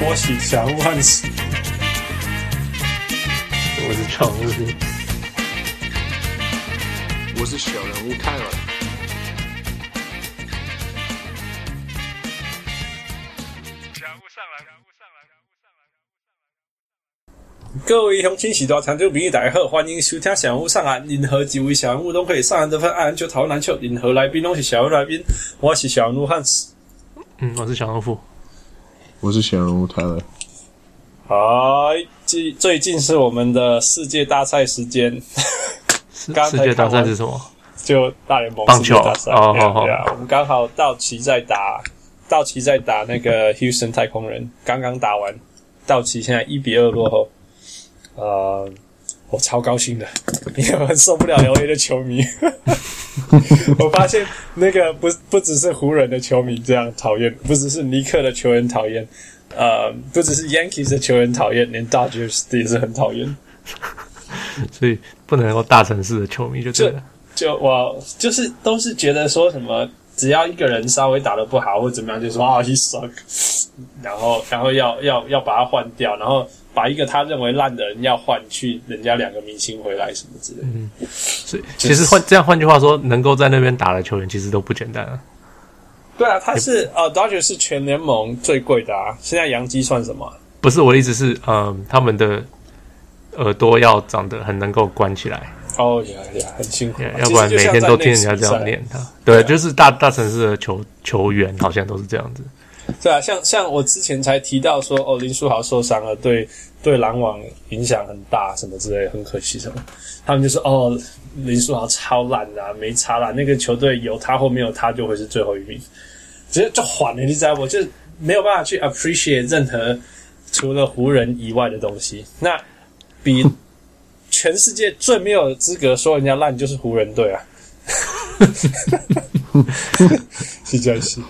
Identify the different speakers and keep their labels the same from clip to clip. Speaker 1: what you shall once.
Speaker 2: 我是常务。
Speaker 3: 我是小人物泰尔。
Speaker 1: 各位乡亲、许多长久朋友，大家好，欢迎收听《小人物上岸》。任何几位小人物都可以上岸得分，按就讨论篮球。任何来宾都是小人物来宾，我是小人物汉斯。
Speaker 2: 嗯，我是小人物。
Speaker 4: 我是小人物泰勒。
Speaker 1: 好，最最近是我们的世界大赛时间，
Speaker 2: 世
Speaker 1: 刚才
Speaker 2: 世界大赛是什么？
Speaker 1: 就大联盟
Speaker 2: 棒球
Speaker 1: 世界大赛。
Speaker 2: 哦
Speaker 1: 对啊
Speaker 2: 好好
Speaker 1: 对啊，我们刚好道奇在打，道奇在打那 个 Houston 太空人，刚刚打完，道奇现在一比二落后。呃，我超高兴的，因为我很受不了 LA 的球 迷。我发现那个不不只是湖人的球迷这样讨厌，不只是尼克的球员讨厌，呃，不只是 Yankees 的球员讨厌，连 Dodgers 的也是很讨厌。
Speaker 2: 所以不能够大城市的球迷就对了。
Speaker 1: 就我就是都是觉得说什么，只要一个人稍微打得不好或怎么样，就说啊 he suck，然后然后要要要把他换掉，然后把一个他认为烂的人要换去人家两个明星回来什么之类的。
Speaker 2: 嗯所以其实换这样换句话说，能够在那边打的球员其实都不简单啊。
Speaker 1: 对啊，他是呃 Dodgers 是全联盟最贵的啊，现在洋基算什么啊？
Speaker 2: 不是我的意思是，嗯，他们的耳朵要长得很能够关起来，
Speaker 1: 哦呀呀，很辛苦啊，
Speaker 2: 要不然
Speaker 1: 其
Speaker 2: 每
Speaker 1: 实就像
Speaker 2: 天都
Speaker 1: 在内
Speaker 2: 听人家
Speaker 1: 比
Speaker 2: 这样
Speaker 1: 赛啊
Speaker 2: 念他。对，就是大大城市的球球员好像都是这样子。
Speaker 1: 对啊，像像我之前才提到说，哦，林书豪受伤了，对对篮网影响很大，什么之类，很可惜什么。他们就说，哦，林书豪超烂的、啊，没差啦，那个球队有他或没有他就会是最后一名，直接就缓了，你知道，我就没有办法去 appreciate 任何除了湖人以外的东西。那 比全世界最没有资格说人家烂就是湖人队 啊，是这样是。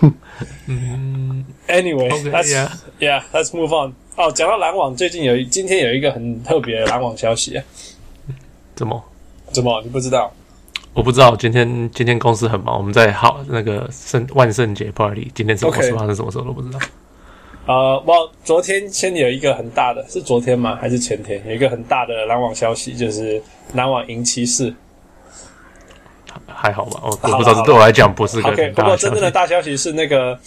Speaker 2: 嗯
Speaker 1: Anyway,
Speaker 2: OK，
Speaker 1: that's
Speaker 2: yeah
Speaker 1: yeah, let's move on. 哦，讲到篮网，最近有一今天有一个很特别的篮网消息，啊
Speaker 2: 怎么？
Speaker 1: 怎么你不知道？
Speaker 2: 我不知道，今天今天公司很忙，我们在好那个圣万圣节 party，今天什么
Speaker 1: OK
Speaker 2: 时候发生什么时候都不知道。
Speaker 1: 呃，我昨天先有一个很大的，是昨天吗？还是前天？有一个很大的篮网消息，就是篮网赢骑士。
Speaker 2: 还好吧，我
Speaker 1: 好
Speaker 2: 我不知道，这对我来讲不是个
Speaker 1: OK，
Speaker 2: 很
Speaker 1: 不
Speaker 2: 大
Speaker 1: 过
Speaker 2: 的
Speaker 1: 真
Speaker 2: 消
Speaker 1: 正的
Speaker 2: 息。
Speaker 1: 大消息是那个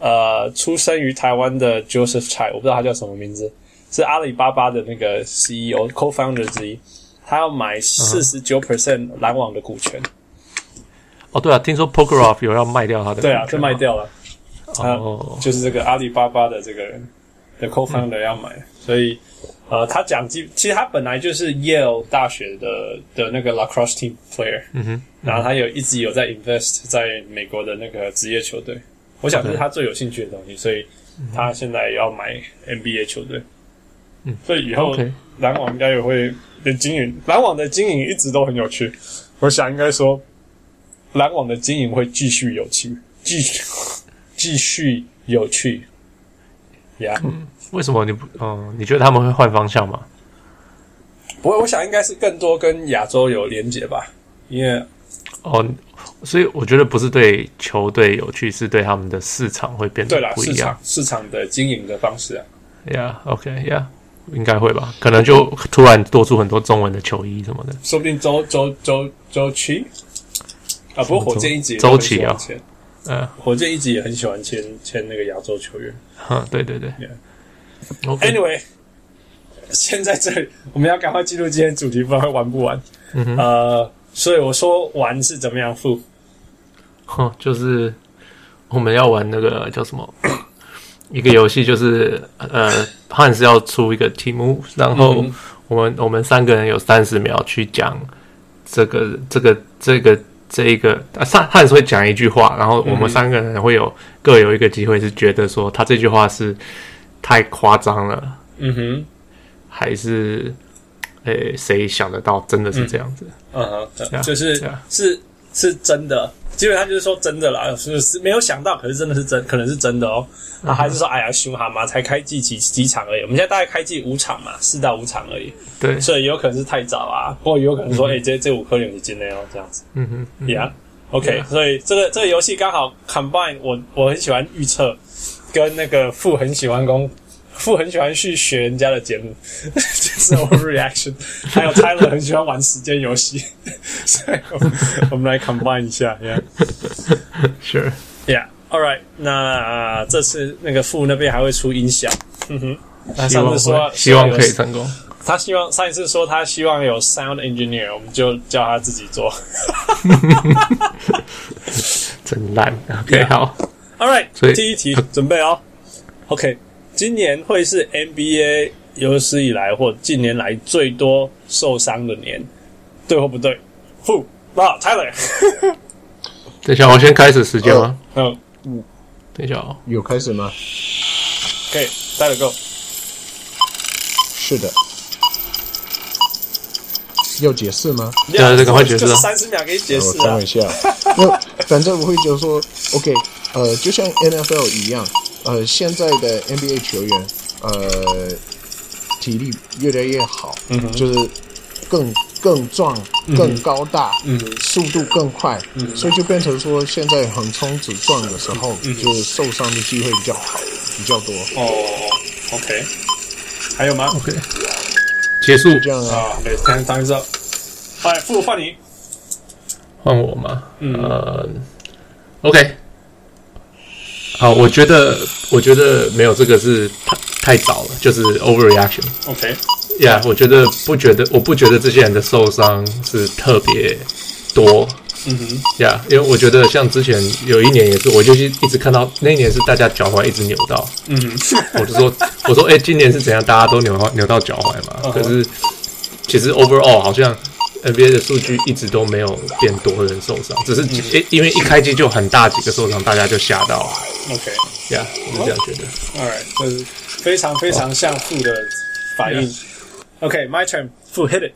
Speaker 1: 呃，出生于台湾的 Joseph Chai，我不知道他叫什么名字，是阿里巴巴的那个
Speaker 2: 嗯
Speaker 1: CEO co-founder 之一，他要买四十九 percent 篮网的股权。
Speaker 2: 哦，对啊，听说 Pokerov 有要卖掉他的，
Speaker 1: 对啊，就卖。掉了。呃
Speaker 2: 哦，
Speaker 1: 就是这个阿里巴巴的这个人的 co-founder 要买，所以呃，他讲基其实他本来就是 Yale 大学的的那个 lacrosse team player，
Speaker 2: 嗯哼，
Speaker 1: 然后他有一直有在 invest 在美国的那个职业球队，我想这是他最有兴趣的东西，所以他现在要买 NBA 球队，
Speaker 2: 嗯，
Speaker 1: 所以以后
Speaker 2: OK
Speaker 1: 篮网应该也会的经营，篮网的经营一直都很有趣，我想应该说篮网的经营会继续有趣，继续 继续有趣。呀、
Speaker 2: 为什么你不？嗯，你觉得他们会换方向吗？
Speaker 1: 不过我想应该是更多跟亚洲有连结吧，因为
Speaker 2: 哦，所以我觉得不是对球队有趣，是对他们的市场会变
Speaker 1: 对
Speaker 2: 得
Speaker 1: 啦，
Speaker 2: 不
Speaker 1: 市
Speaker 2: 一样
Speaker 1: 场。市场的经营的方式啊，
Speaker 2: Yeah，OK，Yeah，应该会吧？可能就突然多出很多中文的球衣什么的。
Speaker 1: 说不定周周周周期啊，不过火箭一直也
Speaker 2: 周
Speaker 1: 都很喜
Speaker 2: 周期啊
Speaker 1: 欢签，
Speaker 2: 嗯
Speaker 1: 火箭一直也很喜欢签签那个亚洲球员。
Speaker 2: 哼，嗯对对对。OK，
Speaker 1: Anyway，先在这里，我们要赶快进入今天主题，不然会玩不完。
Speaker 2: 嗯哼
Speaker 1: 呃，所以我说玩是怎么样付
Speaker 2: 哼， 就是我们要玩那个叫什么一个游戏，就是呃，汉斯要出一个题目，然后
Speaker 1: 嗯
Speaker 2: 我们、我们三个人有三十秒去讲这个这个这个这一个啊，汉汉斯会讲一句话，然后我
Speaker 1: 嗯
Speaker 2: 们三个人会有、各有一个机会是觉得说他这句话是太夸张了，
Speaker 1: 嗯哼，
Speaker 2: 还是呃谁想得到真的是这样子？
Speaker 1: 嗯哼，
Speaker 2: 啊
Speaker 1: 就是
Speaker 2: 对啊
Speaker 1: 是是真的，基本上就是说真的啦，是是没有想到，可是真的是真，可能是真的哦。啊，还是说哎呀，熊蛤嘛，才开季几几场而已，我们现在大概开季五场嘛，四到五场而已，
Speaker 2: 对，
Speaker 1: 所以有可能是太早啊，或有可能说，哎、这这五颗零你进内哦，这样子。
Speaker 2: 嗯哼，嗯
Speaker 1: Yeah, OK，、所以这个这个游戏刚好 combine 我我很喜欢预测，跟那个富很喜欢攻富很喜欢去学人家的节目， 就是 overreaction。还有 Tyler 很喜欢玩时间游戏， 所以我们我们来 combine 一下，yeah。
Speaker 2: Sure，
Speaker 1: Yeah, all right 那、呃这次那个副那边还会出音响，嗯哼。他
Speaker 2: 希
Speaker 1: 上
Speaker 2: 望
Speaker 1: 次说
Speaker 2: 会希望
Speaker 1: 有
Speaker 2: 可以成功。
Speaker 1: 他希望上一次说他希望有 sound engineer，我们就叫他自己做。
Speaker 2: 真烂。OK，、
Speaker 1: Yeah
Speaker 2: 好，
Speaker 1: All right，
Speaker 2: 所以
Speaker 1: 第一题准备哦。OK，今年会是 NBA 有史以来或近年来最多受伤的年，对或不对？副那 Tyler，
Speaker 2: 等一下，我先开始时间吗？
Speaker 1: 嗯，
Speaker 2: 等一下哦，
Speaker 4: 有开始吗？
Speaker 1: 可以 Tyler go。
Speaker 4: 是的。要解释吗？
Speaker 2: 对啊这赶快解释
Speaker 1: 就
Speaker 2: 啊
Speaker 1: 是三十秒给你解
Speaker 4: 我
Speaker 1: 释
Speaker 4: 开
Speaker 1: 啊
Speaker 4: 玩。笑。 那反正我会就说，OK，呃，就像 NFL 一样，呃，现在的 NBA 球员，呃，体力越来越好，
Speaker 3: 嗯
Speaker 4: 就是更更壮、更高大，
Speaker 3: 嗯
Speaker 4: 速度更快，所以就变成说，现在横冲直撞的时候，
Speaker 3: 嗯
Speaker 4: 就是受伤的机会比较好，比较多。
Speaker 1: 哦，OK，还有吗？
Speaker 2: 结束
Speaker 4: 这样啊，
Speaker 1: 啊，对，当当然知道。哎，副换你。
Speaker 2: 换我嘛。嗯、OK，好，我觉得我觉得没有这个是太太早了，就是 overreaction。
Speaker 1: OK，
Speaker 2: Yeah，我觉得不觉得，我不觉得这些人的受伤是特别多。
Speaker 1: 嗯哼，
Speaker 2: Yeah，因为我觉得像之前有一年也是，我就是一直看到那一年是大家脚踝一直扭到，
Speaker 1: 嗯哼，
Speaker 2: 我就说我说哎、诶今年是怎样？大家都扭到扭到脚踝嘛？
Speaker 1: 哦
Speaker 2: 可是其实 overall 好像 NBA 的数据一直都没有变多人受伤，只是诶、
Speaker 1: 嗯
Speaker 2: 因为一开机就很大几个受伤，大家就吓到。
Speaker 1: ，OK，All
Speaker 2: Yeah，我是这样觉得。
Speaker 1: right，这是非常非常像副的反应。OK，my turn，副 hit it。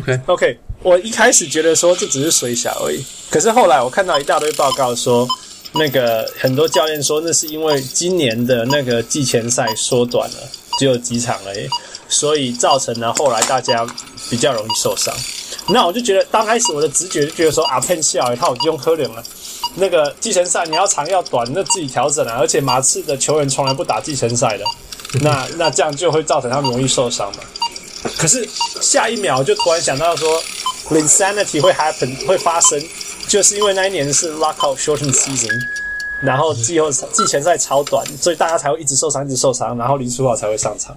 Speaker 2: OK，
Speaker 1: OK，我一开始觉得说这只是水小而已，可是后来我看到一大堆报告说，那个很多教练说那是因为今年的那个季前赛缩短了，只有几场而已，所以造成了后来大家比较容易受伤。那我就觉得刚开始我的直觉就觉得说啊，骗笑欸，他有用科林了。那个季前赛你要长要短，那自己调整啊。而且马刺的球员从来不打季前赛的，那那这样就会造成他们容易受伤嘛。可是下一秒就突然想到说，insanity 会 happen 会发生，就是因为那一年是 lockout shortened season，然后季后季前赛超短，所以大家才会一直受伤，一直受伤，然后林书豪才会上场。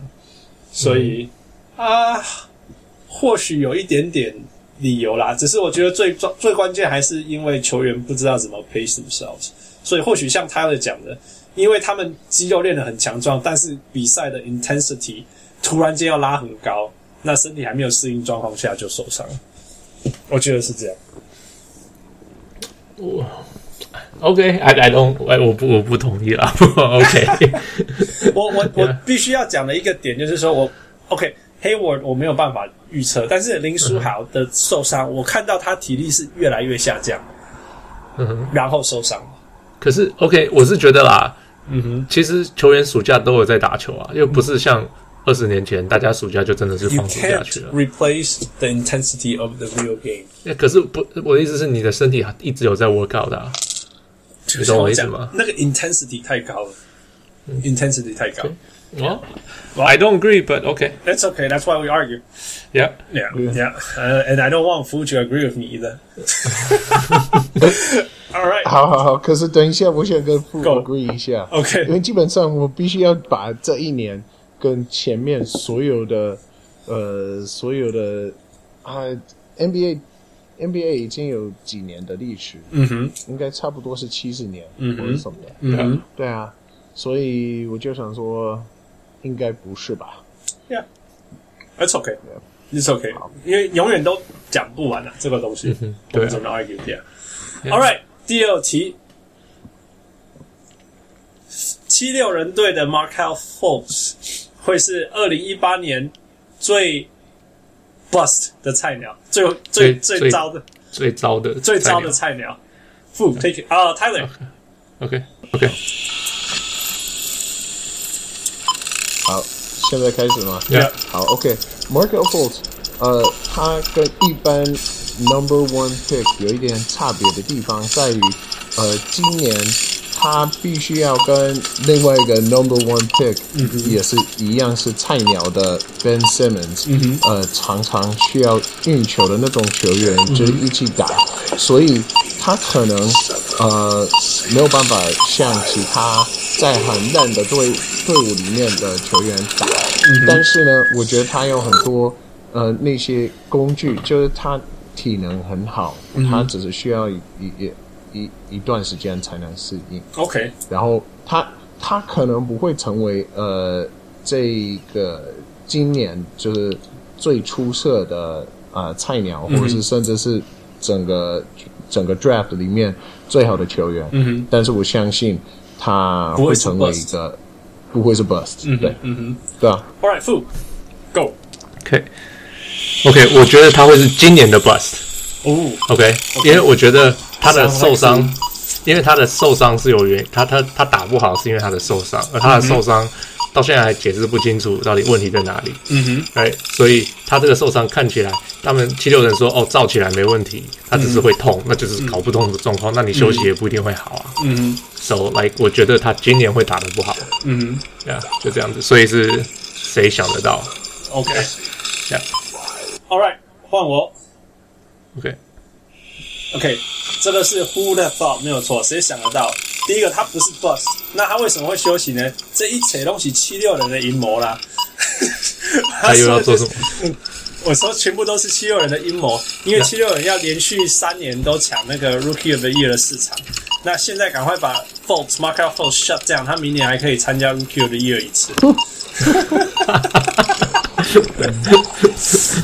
Speaker 1: 所以啊、或许有一点点理由啦，只是我觉得最最关键还是因为球员不知道怎么 pace themselves，所以或许像 Tyler 讲的，因为他们肌肉练得很强壮，但是比赛的 intensity 突然间要拉很高，那身体还没有适应状况下就受伤，我觉得是这样。
Speaker 2: OK，I、I don't，哎，我不我不同意啦。OK，
Speaker 1: 我我我必须要讲的一个点就是说我 OK Hayward 我没有办法预测，但是林书豪的受伤，我看到他体力是越来越下降，嗯，然后受伤，
Speaker 2: 可是 OK，我是觉得啦，嗯哼，其实球员暑假都有在打球啊，又不是像二十年前大家暑假就真的是
Speaker 1: You
Speaker 2: 放暑假
Speaker 1: can't
Speaker 2: 去了。
Speaker 1: replace the intensity of the real game。
Speaker 2: 那可是不，我的意思是你的身体一直有在 work out 的、啊，
Speaker 1: 你
Speaker 2: 懂我意思吗
Speaker 1: 那个 intensity 太高了、i n t e n s i t y 太高。
Speaker 2: 哦、i don't agree，but OK，yeah，
Speaker 1: That's okay. That's why we argue. Yeah, yeah. Uh, and I don't want food to agree with me either. All right.
Speaker 4: 好好好，可是等一下，我想跟傅
Speaker 1: Go
Speaker 4: agree 一下
Speaker 1: OK
Speaker 4: 因为基本上我必须要把这一年跟前面所有的呃所有的啊 NBA NBA 已经有几年的历史，
Speaker 1: 嗯哼，
Speaker 4: 应该差不多是七十年、或者什么的，
Speaker 1: 嗯哼
Speaker 4: 对啊，所以我就想说，应该不是吧？
Speaker 1: ，Yeah. That's okay. It's okay. 因为永远都讲不完啊，这个东西，我
Speaker 2: 对啊
Speaker 1: 们怎么 argue? Yeah. All right. 第二题，七六人队的 Markel Forbes 会是二零一八年最 bust 的菜鸟，最最
Speaker 2: 最
Speaker 1: 最
Speaker 2: 最
Speaker 1: 糟的
Speaker 2: 最糟的
Speaker 1: 最糟的
Speaker 2: 菜
Speaker 1: 菜鸟。Fu take it 啊、t y l e r
Speaker 2: 鸟 OK OK，
Speaker 4: 好，现在开始吗？
Speaker 2: Yeah
Speaker 4: 好，OK，Markel、Fultz，呃，他跟一般 number one pick 有一点差别的地方在于，呃，今年他必须要跟另外一个 number one pick，、也是一样是菜鸟的 Ben Simmons，、呃，常常需要运球的那种球员，就是一起打，所以他可能呃没有办法像其他在很烂的队队伍里面的球员打，
Speaker 1: 嗯
Speaker 4: 但是呢，我觉得他有很多呃那些工具，就是他体能很好，
Speaker 1: 嗯
Speaker 4: 他只是需要一一一一段时间才能适应。
Speaker 1: OK，
Speaker 4: 然后他他可能不会成为呃这个今年就是最出色的呃菜鸟，
Speaker 1: 嗯
Speaker 4: 或者是甚至是整个整个 draft 里面最好的球员。
Speaker 1: 嗯哼，
Speaker 4: 但是我相信他
Speaker 1: 不会
Speaker 4: 会
Speaker 1: 是
Speaker 4: 成为一
Speaker 1: bust
Speaker 4: 个不会是 bust，、
Speaker 1: 嗯
Speaker 4: 对
Speaker 1: 哼，嗯
Speaker 4: 对啊，
Speaker 1: 哼，All right，Fu。Go，
Speaker 2: OK，OK，、我觉得他会是今年的 bust。
Speaker 1: 哦，
Speaker 2: OK，因为我觉得他的受伤
Speaker 1: 伤害，
Speaker 2: 因为他的受伤是有原，他他他打不好是因为他的受伤，而他的受伤到现在还解释不清楚到底问题在哪里。
Speaker 1: 嗯哼，
Speaker 2: 哎，所以他这个受伤看起来，他们七六人说哦，照起来没问题，他只是会痛，那就是搞不懂的状况，那你休息也不一定会好啊。
Speaker 1: 嗯哼，
Speaker 2: So like，我觉得他今年会打得不好，
Speaker 1: 嗯
Speaker 2: 呀、就这样子，所以是谁想得到
Speaker 1: 哼，OK，
Speaker 2: Yeah
Speaker 1: All right，换我。
Speaker 2: ？OK，
Speaker 1: OK，这个是 Who the thought 没有错，谁想得到？第一个，他不是 bus，那他为什么会休息呢？这一切都是七六人的阴谋啦。
Speaker 2: 他又要做什么？
Speaker 1: 我说全部都是七六人的阴谋，因为
Speaker 2: Yeah.
Speaker 1: 七六人要连续三年都抢那个 Rookie of the Year 的市场。那现在赶快把 Fultz、m a r k o Fultz shut down，他明年还可以参加 Rookie of the Year 一次。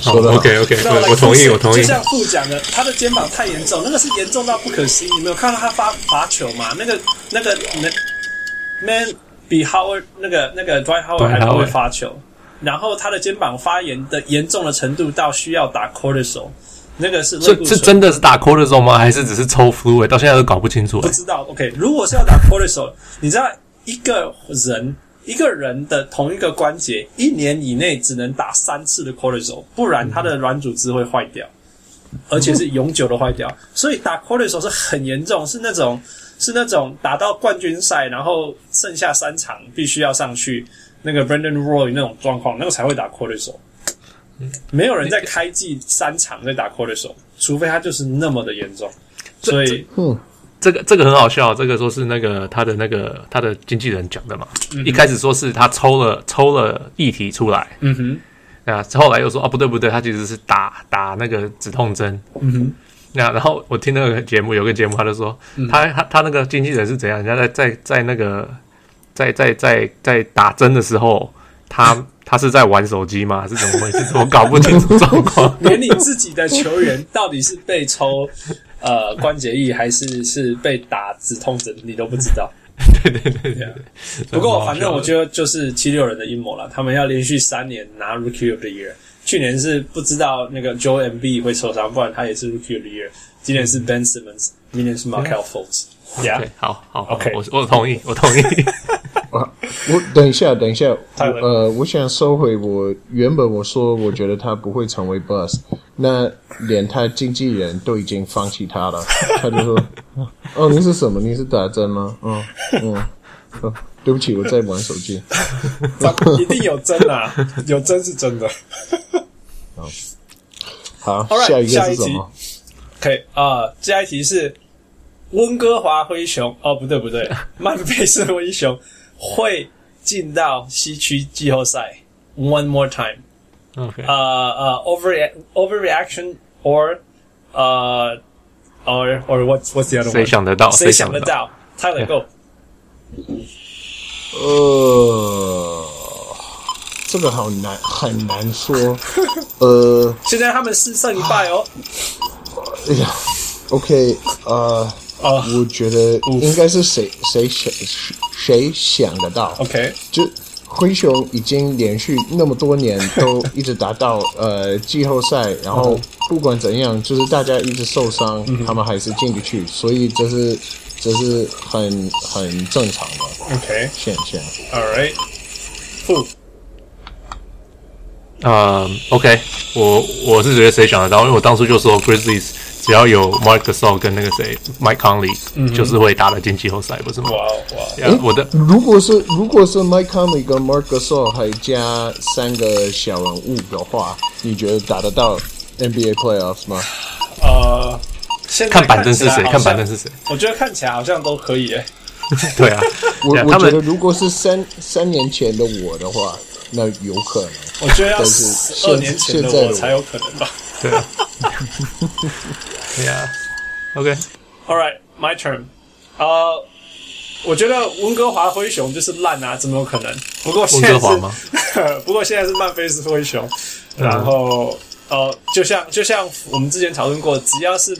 Speaker 2: 好
Speaker 4: 说得好
Speaker 2: ，OK OK，
Speaker 1: 那来
Speaker 2: 我我同意，
Speaker 1: 复
Speaker 2: 我同意
Speaker 1: 就。像副讲的，他的肩膀太严重，那个是严重到不可思议。你没有看到他发罚球嘛？那个那个那 man 比 Howard 那个那个 Dwight Howard
Speaker 2: Dwight
Speaker 1: 还不会
Speaker 2: Howard
Speaker 1: 发球，然后他的肩膀发炎的严重的程度到需要打 cortisol，那个是
Speaker 2: 这
Speaker 1: 类固
Speaker 2: 这
Speaker 1: 醇。
Speaker 2: 真的是打 cortisol 吗？还是只是抽 flu？、欸、到现在都搞不清楚、
Speaker 1: 不
Speaker 2: 欸。
Speaker 1: 知道。OK，如果是要打 cortisol，你知道一个人一个人的同一个关节一年以内只能打三次的 cortisol，不然他的软组织会坏掉，而且是永久的坏掉。所以打 cortisol 是很严重，是那种是那种打到冠军赛，然后剩下三场必须要上去那个 Brandon Roy 那种状况，那个才会打 cortisol。没有人在开季三场在打 cortisol，除非他就是那么的严重。所以
Speaker 2: 这个这个很好笑，这个说是那个他的那个他的经纪人讲的嘛。
Speaker 1: 嗯
Speaker 2: 一开始说是他抽了抽了议题出来，嗯
Speaker 1: 哼，
Speaker 2: 那后来又说哦不对不对，他其实是打打那个止痛针，嗯
Speaker 1: 哼。嗯
Speaker 2: 那然后我听那个节目，有个节目他就说，他他他那个经纪人是怎样？人家在在在那个在在在在打针的时候，他他是在玩手机吗？还是怎么回事？我搞不清楚状 况。
Speaker 1: 连你自己的球员到底是被抽呃关节液，还是是被打止痛针，你都不知道。
Speaker 2: 对对对对。
Speaker 1: 不过
Speaker 2: 蛮好笑的
Speaker 1: 反正我觉得就是七六人的阴谋了，他们要连续三年拿 Rookie of the Year。去年是不知道那个 Joe M B 会受伤，不然他也是 Rookie of the Year。今年是 Ben Simmons，明年是 Markel Fultz。Yeah，
Speaker 2: 对，好好
Speaker 1: OK
Speaker 2: 我我同意，我同意。
Speaker 4: 啊，我等一下，等一下，我
Speaker 1: 太晚
Speaker 4: 呃，我想收回我原本我说我觉得他不会成为 boss，那连他经纪人都已经放弃他 了，他就说，哦，你是什么？你是打针吗？嗯嗯、哦，对不起，我在玩手机。
Speaker 1: 一定有真啊，有真是真的。
Speaker 4: 好
Speaker 1: Alright，
Speaker 4: 下一个
Speaker 1: 下一
Speaker 4: 是
Speaker 1: 题
Speaker 4: 什么？
Speaker 1: OK 啊、下一题是温哥华灰熊哦，不对不 对，曼菲斯灰熊会进到西区季后赛。One more time，
Speaker 2: OK，
Speaker 1: 呃呃，over overreaction or 呃、or or what's what's the other one？
Speaker 2: 谁想得到？
Speaker 1: 谁
Speaker 2: 想
Speaker 1: 想得？到？Tyler go，
Speaker 4: 呃，这个好难，很难说。呃，
Speaker 1: 现在他们四胜一败哦。
Speaker 4: 哎呀，OK，呃。
Speaker 1: 哦、
Speaker 4: 我觉得应该是谁谁想谁想得到
Speaker 1: o k
Speaker 4: 就灰熊已经连续那么多年都一直达到呃季后赛，然后不管怎样，就是大家一直受伤，他们还是进不去，所以这是这是很很正常的
Speaker 1: OK，All、
Speaker 4: 现象。
Speaker 1: right，不，
Speaker 2: 嗯呃，OK，我我是觉得谁想得到，因为我当初就说 Grizzlies 只要有 Mark Gasol 跟那个谁 Mike Conley，、就是会打得进季后赛，不是吗？
Speaker 1: 哇哦哇哦，
Speaker 2: 呀我的
Speaker 4: 如果是如果是 Mike Conley 跟 Mark Gasol 还加三个小人物的话，你觉得打得到 NBA playoffs 吗？
Speaker 1: 呃，现在
Speaker 2: 看板凳是
Speaker 1: 起
Speaker 2: 谁？
Speaker 1: 来好像
Speaker 2: 看板凳是谁？
Speaker 1: 我觉得看起来好像都可以、欸，
Speaker 2: 对啊，
Speaker 4: 我
Speaker 2: 对啊
Speaker 4: 我
Speaker 2: 他
Speaker 4: 觉得
Speaker 2: 们
Speaker 4: 如果是三三年前的我的话，那有可能。
Speaker 1: 我觉得要
Speaker 4: 但是
Speaker 1: 十二
Speaker 4: 现
Speaker 1: 年前的
Speaker 4: 现在
Speaker 1: 我
Speaker 4: 的
Speaker 1: 才有可能吧。
Speaker 2: 对啊， 对啊，OK，
Speaker 1: All right, my turn. 呃，我觉得温哥华灰熊就是烂啊，怎么有可能？不过现在
Speaker 2: 温哥华
Speaker 1: 是
Speaker 2: 吗，
Speaker 1: 不过现在是曼菲斯灰熊，然后、呃，就像就像我们之前讨论过，只要是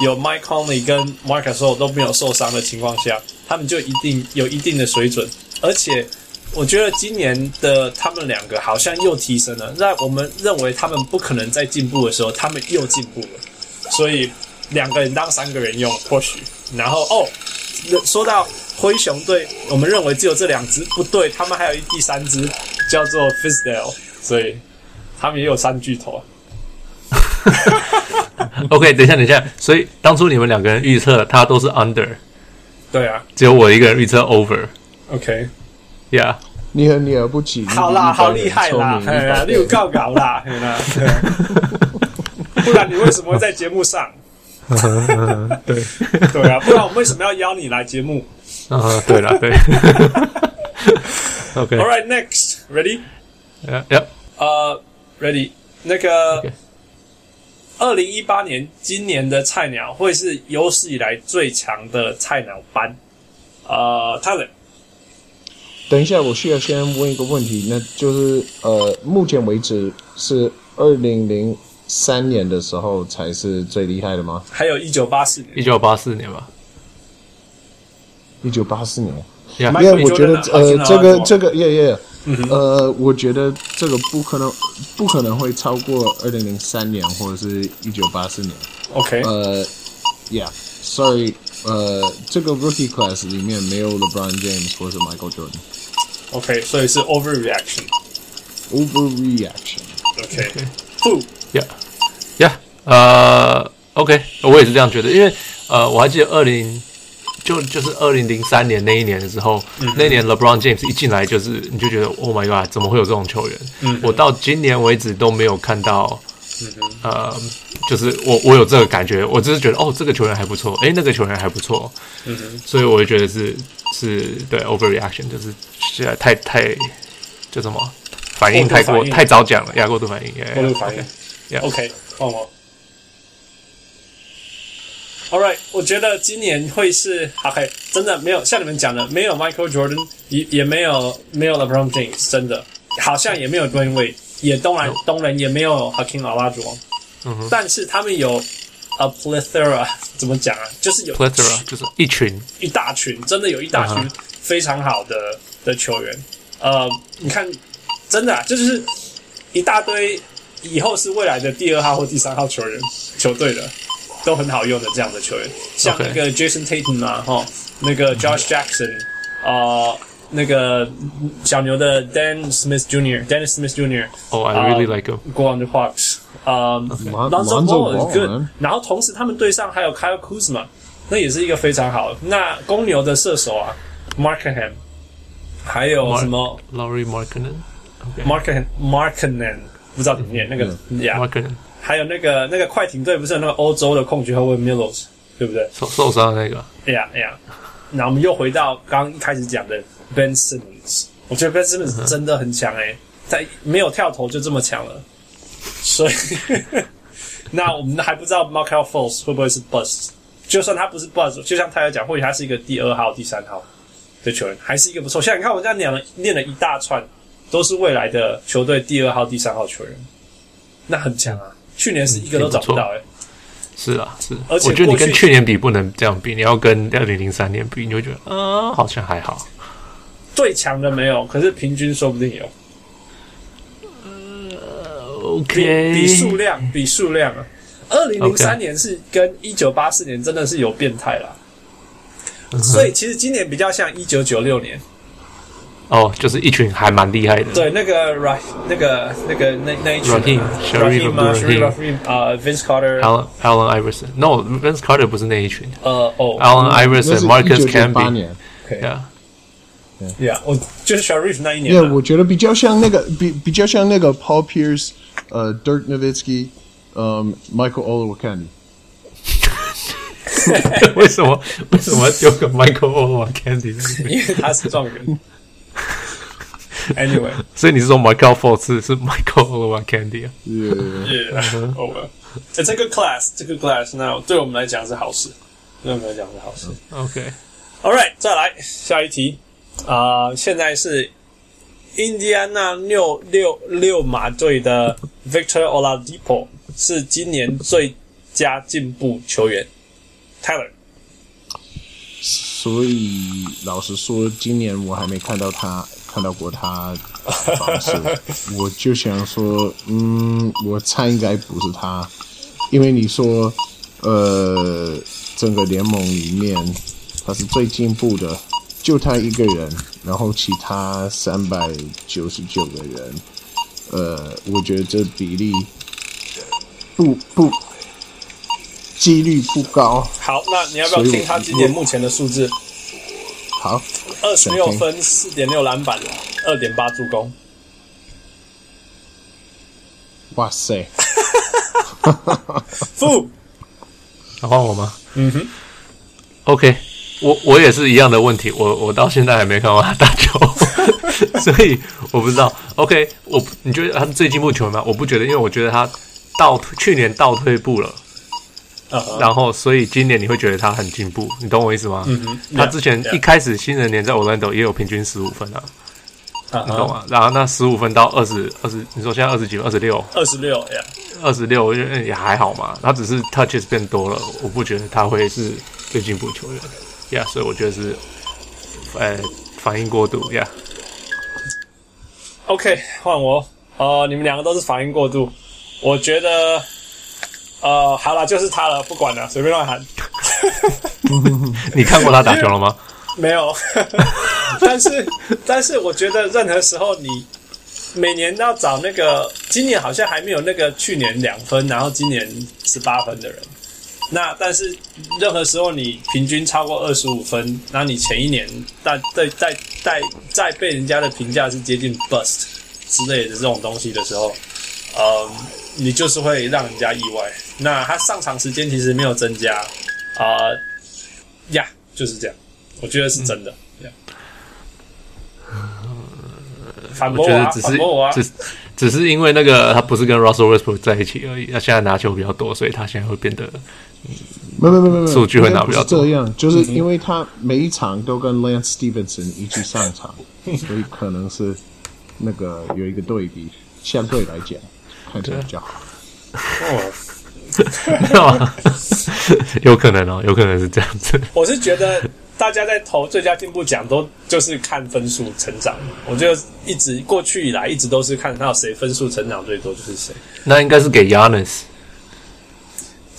Speaker 1: 有 Mike Conley 跟 Marcus o 都没有受伤的情况下，他们就一定有一定的水准，而且。我觉得今年的他们两个好像又提升了，让我们认为他们不可能再进步的时候，他们又进步了。所以两个人当三个人用，或许。然后哦，说到灰熊队，我们认为只有这两只，不对，他们还有一第三只叫做 Fisdale，所以他们也有三巨头啊。
Speaker 2: OK，等一下，等一下，所以当初你们两个人预测他都是 under，
Speaker 1: 对啊
Speaker 2: 只有我一个人预测 over，yeah。
Speaker 1: ，OK，
Speaker 4: 你很了不起，
Speaker 1: 好啦，好厉害啦，哎呀，
Speaker 4: 六
Speaker 1: 你有告稿啦，哎呀，对啊 不然你为什么会在节目上？
Speaker 2: 对，
Speaker 1: 对啊，不然我们为什么要邀你来节目
Speaker 2: 啊，对了，对。OK，
Speaker 1: ？All right, next, ready?
Speaker 2: 呃呀，
Speaker 1: 呃，ready，那个
Speaker 2: OK
Speaker 1: 二零一八年今年的菜鸟会是有史以来最强的菜鸟班。呃，他的
Speaker 4: 等一下，我需要先问一个问题，那就是呃，目前为止是二零零三年的时候才是最厉害的吗？
Speaker 1: 还有一九八四年
Speaker 2: 一九八四年吧。
Speaker 4: 一九八四年。
Speaker 2: 呀，
Speaker 1: Michael
Speaker 4: 因为我觉得
Speaker 1: Jordan 啊 Jordan
Speaker 4: 呃，这个
Speaker 1: 啊
Speaker 4: 这个耶耶，
Speaker 1: 嗯
Speaker 4: 呃，我觉得这个不可能不可能会超过二零零三年或者是一九八四年。
Speaker 1: ，OK，
Speaker 4: 呃，yeah，sorry，呃，这个 uh, rookie class 里面没有 LeBron James 或者 Michael Jordan。
Speaker 1: OK，所以是 overreaction。
Speaker 4: Overreaction。
Speaker 1: OK，不，
Speaker 2: 呀呀，呃，OK，我也是这样觉得，因为呃，我还记得二零就就是二零零三年那一年的时候，
Speaker 1: 嗯
Speaker 2: 那年 LeBron James 一进来就是你就觉得 Oh my God，怎么会有这种球员？
Speaker 1: 嗯
Speaker 2: 我到今年为止都没有看到。呃，就是我我有这个感觉，我只是觉得哦，这个球员还不错，诶，那个球员还不错，
Speaker 1: 嗯
Speaker 2: 所以我就觉得是是对 overreaction，就是现在太太叫什么反应
Speaker 1: 过度
Speaker 2: 太过
Speaker 1: 反应
Speaker 2: 太早讲了，呀，过度反应，呀
Speaker 1: 过度反 应。
Speaker 2: Yeah
Speaker 1: OK，换我。All right，我觉得今年会是 OK，真的没有像你们讲的，没有 Michael Jordan，也也没有没有 LeBron James，真的好像也没有 Dwayne Wade，也东然东人也没有 Hakeem Olajuwon，、但是他们有 a plethora，怎么讲啊？就是有
Speaker 2: plethora 就是一群，
Speaker 1: 一大群，真的有一大群
Speaker 2: 嗯
Speaker 1: 非常好的的球员。呃，你看，真的、啊、这就是一大堆以后是未来的第二号或第三号球员球队的，都很好用的这样的球员，像
Speaker 2: OK
Speaker 1: 那个 Jason Tatum 啊，哈，那个 Josh Jackson 啊、那个小牛的 Dan Smith Jr.，Dennis Smith Jr.
Speaker 2: 哦、i Oh, really
Speaker 1: Um,
Speaker 2: like him，
Speaker 1: go on the Hawks，呃、
Speaker 4: Lon-
Speaker 1: Lonzo
Speaker 4: Lonzo
Speaker 1: Ball
Speaker 4: Ball,
Speaker 1: is good
Speaker 4: man.。
Speaker 1: 然后同时他们队上还有 Kyle Kuzma，那也是一个非常好的。那公牛的射手啊，Markham，还有
Speaker 2: Mark-
Speaker 1: 什么
Speaker 2: Laurie Markkinen。
Speaker 1: Markham Markham，不知道怎么念那个呀
Speaker 2: m a r k i n
Speaker 1: 还有那个那个快艇队不是有那个欧洲的控球后卫 Milos，对不对？
Speaker 2: 受受伤的那个，
Speaker 1: 哎呀哎呀，那我们又回到刚刚一开始讲的 Ben Simmons，我觉得 Ben Simmons 真的很强哎、他没有跳投就这么强了，所以 那我们还不知道 m a r k e l f o l s 会不会是 Bust，就算他不是 Bust，就像泰来讲，或许他是一个第二号、第三号的球员，还是一个不错。现在你看我这样念了念了一大串，都是未来的球队第二号、第三号球员，那很强啊！去年是一个都找不到哎、
Speaker 2: 是啊，是。
Speaker 1: 而且
Speaker 2: 我觉得你
Speaker 1: 过去
Speaker 2: 跟去年比不能这样比，你要跟二零零三年比，你就会觉得，嗯、好像还好。
Speaker 1: 最强的没有，可是平均说不定有。比
Speaker 2: OK，
Speaker 1: 比数量，比数量啊！二零零
Speaker 2: OK
Speaker 1: 三年是跟一九八四年真的是有变态啦，所以其实今年比较像一九九六年，
Speaker 2: 哦，就是一群还蛮厉害的，
Speaker 1: 对，那个 Rah 那个那个那那一群
Speaker 2: Raheem，Sharif
Speaker 1: Raheem 啊
Speaker 2: Abdul-Rahim
Speaker 1: Sharif Raheem 啊，Vince Carter，
Speaker 2: Allen Allen Iverson。No, Vince Carter 不是那一群
Speaker 1: 呃哦
Speaker 2: ，Allen
Speaker 4: 那
Speaker 2: Iverson、
Speaker 4: 是
Speaker 2: Marcus
Speaker 4: 一九九八
Speaker 2: Camby。
Speaker 4: 年。
Speaker 1: ，OK，Yeah，
Speaker 2: Yeah，
Speaker 1: 我哦就是 Sharif 那一年
Speaker 4: 因为
Speaker 1: 啊，
Speaker 4: 我觉得比较像那个比比较像那个 Paul Pierce，呃，Dirk Nowitzki，嗯，Michael o l o w a n
Speaker 2: 为什么为什么丢个 Michael o l Candy？
Speaker 1: 因为他是状元。Anyway，
Speaker 2: 所以你是说 Michael f o r 是是 Michael o l Candy 啊？
Speaker 4: d
Speaker 1: Yeah, oh well. It's a good class. It's a good class. 那对我们来讲是好事，对我们来讲是好事。
Speaker 2: OK，
Speaker 1: All right，再来下一题啊、呃现在是印第安纳六六六马队的 Victor Oladipo 是今年最佳进步球员。Tyler，
Speaker 4: 所以老实说，今年我还没看到他看到过他防守，我就想说，嗯，我猜应该不是他，因为你说，呃，整个联盟里面他是最进步的，就他一个人，然后其他三百九十九个人，呃，我觉得这比例不不几率不高，
Speaker 1: 好，那你要不要
Speaker 4: 所以我
Speaker 1: 听他今年目前的数字？
Speaker 4: 好。
Speaker 1: 二十六
Speaker 4: 想
Speaker 1: 分，四点六篮板，二点八助攻。
Speaker 4: 哇塞！
Speaker 1: 负
Speaker 2: 然后我吗？嗯哼。OK，我我也是一样的问题，我我到现在还没看过他打 球，所以我不知道。OK，我你觉得他是最进步球员吗？我不觉得，因为我觉得他倒退去年倒退步了。
Speaker 1: 啊哈
Speaker 2: 然后，所以今年你会觉得他很进步，你懂我意思吗？
Speaker 1: 嗯哼
Speaker 2: 他之前
Speaker 1: yeah，yeah
Speaker 2: 一开始新人年在 Orlando 也有平均十五分啊，
Speaker 1: 啊
Speaker 2: 你懂
Speaker 1: 哈，
Speaker 2: 吗？然后那十五分到二十二十，你说现在二十几、二十六、
Speaker 1: 二十六呀。
Speaker 2: 二十六也还好嘛，他只是 touches 变多了，我不觉得他会是最进步球员呀所以我觉得是呃反应过度呀。
Speaker 1: OK，换我。呃，你们两个都是反应过度，我觉得，呃，好了，就是他了，不管了，随便乱喊。
Speaker 2: 你看过他打球了吗？
Speaker 1: 没有， 但是但是我觉得任何时候你每年要找那个，今年好像还没有那个去年两分，然后今年十八分的人。那但是任何时候你平均超过二十五分，那你前一年但再再再再被人家的评价是接近 bust 之类的这种东西的时候，呃，你就是会让人家意外。那他上场时间其实没有增加，啊、呀，就是这样。我觉得是真的。Yeah
Speaker 2: 嗯
Speaker 1: 反
Speaker 2: 我
Speaker 1: 驳
Speaker 2: 觉
Speaker 1: 我、
Speaker 2: 得
Speaker 1: 啊，
Speaker 2: 只
Speaker 1: 反
Speaker 2: 是
Speaker 1: 驳我啊！
Speaker 2: 只只是因为那个他不是跟 Russell Westbrook 在一起而已，他现在拿球比较多，所以他现在会变得
Speaker 4: 没有没有没有没有，
Speaker 2: 数据会拿
Speaker 4: 应该不
Speaker 2: 比较
Speaker 4: 是
Speaker 2: 多
Speaker 4: 这样，就是
Speaker 1: 嗯
Speaker 4: 因为他每一场都跟 Lance Stevenson 一起上场，
Speaker 1: 嗯
Speaker 4: 所以可能是那个有一个对比，相对来讲看起来比较好。
Speaker 1: 哦
Speaker 2: 知道吗？有可能哦，有可能是这样子。
Speaker 1: 我是觉得大家在投最佳进步奖都就是看分数成长，我觉得一直过去以来一直都是看到谁分数成长最多就是谁。
Speaker 2: 那应该是给 Yanis，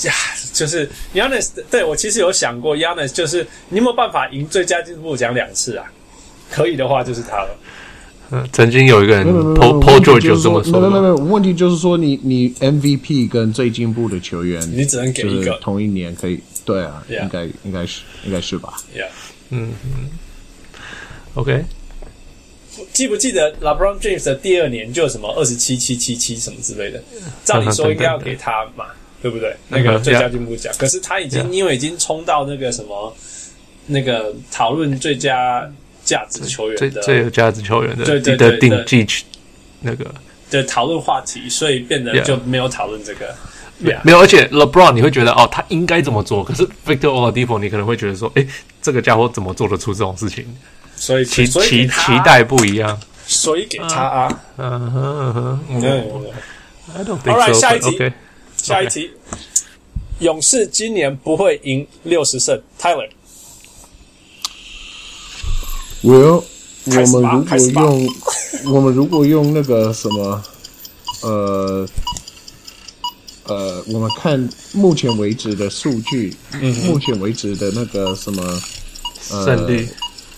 Speaker 1: 呀，就是 Yanis，对我其实有想过 Yanis，就是你有没有办法赢最佳进步奖两次啊？可以的话就是他了。
Speaker 2: 曾经有一个人
Speaker 4: 没有没有
Speaker 2: Paul
Speaker 4: 没有
Speaker 2: Paul
Speaker 4: 问题
Speaker 2: George
Speaker 4: 就
Speaker 2: 有
Speaker 4: 是
Speaker 2: 这么
Speaker 4: 没
Speaker 2: 说
Speaker 4: 有没有
Speaker 2: 嘛，
Speaker 4: 没有，问题就是说你你 MVP 跟最进步的球员，
Speaker 1: 你只能给一个
Speaker 4: 就是同一年可以，对啊，
Speaker 1: Yeah
Speaker 4: 应该应该是应该是吧？
Speaker 1: Yeah。
Speaker 2: OK，
Speaker 1: 记不记得 LeBron James 的第二年就有什么二十七七七七什么之 类的？照理说应该要给他嘛，对不对？那个最佳进步奖，可是他已经
Speaker 2: Yeah.
Speaker 1: 因为已经冲到那个什么那个讨论最佳价值球员
Speaker 2: 最
Speaker 1: 的
Speaker 2: 最有价值球员的
Speaker 1: 对对对
Speaker 2: 的
Speaker 1: 对
Speaker 2: 定季那个
Speaker 1: 的讨论话题，所以变得
Speaker 2: Yeah.
Speaker 1: 就没有讨论这个。Yeah.
Speaker 2: 没有，而且 LeBron 你会觉得哦，他应该这么做，可是 Victor Oladipo 你可能会觉得说，哎，这个家伙怎么做得出这种事情？
Speaker 1: 所以
Speaker 2: 期
Speaker 1: 所以
Speaker 2: 期
Speaker 1: 给他
Speaker 2: 期，待不一样。
Speaker 1: 所以给他啊。
Speaker 2: 嗯哼嗯哼
Speaker 1: 嗯
Speaker 2: 嗯，，I don't think
Speaker 1: Alright，
Speaker 2: so,
Speaker 1: 下一
Speaker 2: but
Speaker 1: 题
Speaker 2: OK，
Speaker 1: 下一题，勇士今年不会赢六十胜，Tyler。
Speaker 4: 我我
Speaker 1: 开始吧开始
Speaker 4: 们如果
Speaker 1: 吧
Speaker 4: 用 我们如果用那个什么，呃呃，我们看目前为止的数据，目前为止的那个什么
Speaker 2: 胜利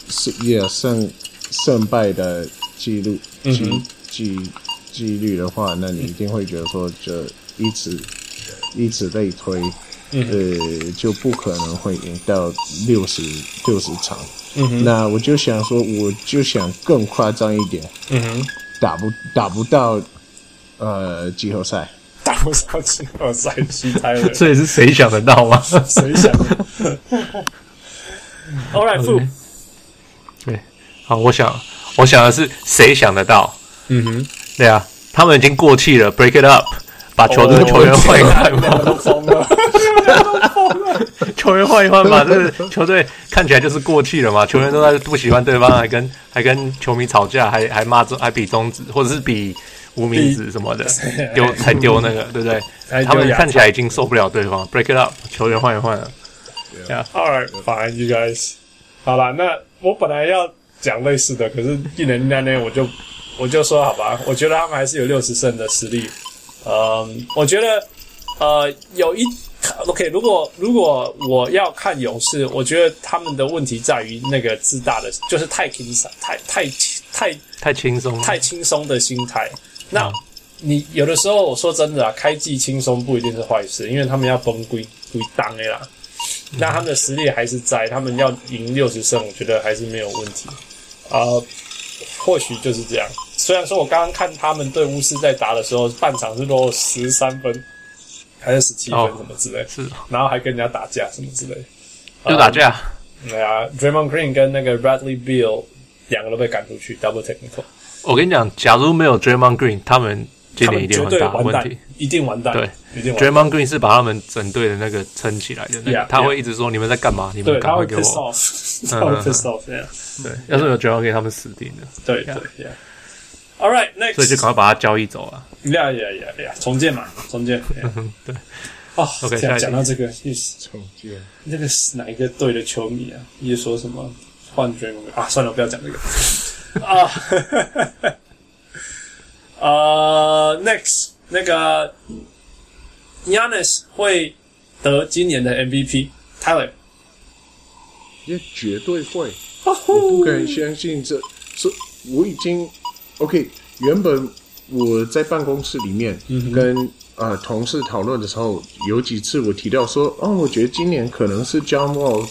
Speaker 4: 是也胜胜败的记录
Speaker 1: 嗯
Speaker 4: 记
Speaker 1: 哼
Speaker 4: 记纪律的话，那你一定会觉得说，就以此以此类推，
Speaker 1: 嗯
Speaker 4: 呃，就不可能会赢到六十六十场。
Speaker 1: 嗯
Speaker 4: 那我就想说，我就想更夸张一点，
Speaker 1: 嗯哼，
Speaker 4: 打不打不到呃季后赛。
Speaker 1: 打不上季后赛期待了，
Speaker 2: 所以是谁想得到吗？
Speaker 1: 谁想的 ？All right, Fu，
Speaker 2: 对，好，我想我想的是谁想得到？
Speaker 1: 嗯哼，
Speaker 2: 对啊，他们已经过气了，break it up，把球队
Speaker 1: 哦
Speaker 2: 球员换一换
Speaker 1: 两个
Speaker 2: 吧，
Speaker 1: 都疯了，
Speaker 2: 球员换一换吧， 这个球队看起来就是过气了嘛，球员都在不喜欢 对方，还跟还跟球迷吵架，还还骂中还比中指，或者是比无名指什么 的，丢才丢那个，对不对？
Speaker 1: 还
Speaker 2: 他
Speaker 1: 丢
Speaker 2: 们
Speaker 1: 牙
Speaker 2: 看起来已经受不了对方，break it up，球员换一换了。
Speaker 1: All right, fine, you guys。好啦，那我本来要讲类似的，可是一人那那我就我就说好吧，我觉得他们还是有六十胜的实力。嗯，我觉得呃有一 OK，如果如果我要看勇士，我觉得他们的问题在于那个自大的，就是太轻松，太太太
Speaker 2: 太轻松了，
Speaker 1: 太轻松的心态。那你有的时候，我说真的啊，开季轻松不一定是坏事，因为他们要崩归归档的啦。那他们的实力还是在，他们要赢六十胜，我觉得还是没有问题。呃，或许就是这样。虽然说我刚刚看他们对巫师在打的时候，半场是落十三分还是十七分
Speaker 2: 哦
Speaker 1: 什么之类，
Speaker 2: 是
Speaker 1: 然后还跟人家打架什么之类。
Speaker 2: 就打架，
Speaker 1: 对啊，Draymond Green 跟那个 Bradley Beal 两个都被赶出去，double technical。
Speaker 2: 我跟你讲，假如没有 Draymond Green，他们今
Speaker 1: 他
Speaker 2: 年一
Speaker 1: 们
Speaker 2: 定
Speaker 1: 绝
Speaker 2: 有很
Speaker 1: 对
Speaker 2: 大的
Speaker 1: 完
Speaker 2: 问
Speaker 1: 蛋
Speaker 2: 题。，
Speaker 1: 一定完蛋，
Speaker 2: 对，
Speaker 1: 一定完蛋。
Speaker 2: Draymond Green 是把他们整队的那个撑起来的，那
Speaker 1: Yeah,
Speaker 2: 个他会一直说你们在干嘛？你
Speaker 1: 对，
Speaker 2: 们赶
Speaker 1: 他
Speaker 2: 快
Speaker 1: 会
Speaker 2: 给
Speaker 1: piss
Speaker 2: 我。嗯
Speaker 1: off，他会 piss off，对
Speaker 2: 对，要是有 Draymond Green，他们死定了，
Speaker 1: 对对对。All right,
Speaker 2: 所以就
Speaker 1: next，
Speaker 2: 赶快把他交易走啊。
Speaker 1: 呀呀呀呀，重建嘛，重建。
Speaker 2: 嗯， 对，
Speaker 1: 哦
Speaker 2: OK，
Speaker 1: 讲
Speaker 2: 下一题
Speaker 1: 讲到这个，就是
Speaker 4: 重建
Speaker 1: 那个是哪一个队的球迷啊，也说什么换 Draymond 啊，算了，不要讲这个 啊。 呃，next 那个 Yanis 会得今年的 MVP，Tyler。
Speaker 4: 也绝对会，
Speaker 1: 我
Speaker 4: 我不敢相信这，是我已经 OK。原本我在办公室里面跟呃同事讨论的时候，有几次我提到说，哦，我觉得今年可能是 John Wall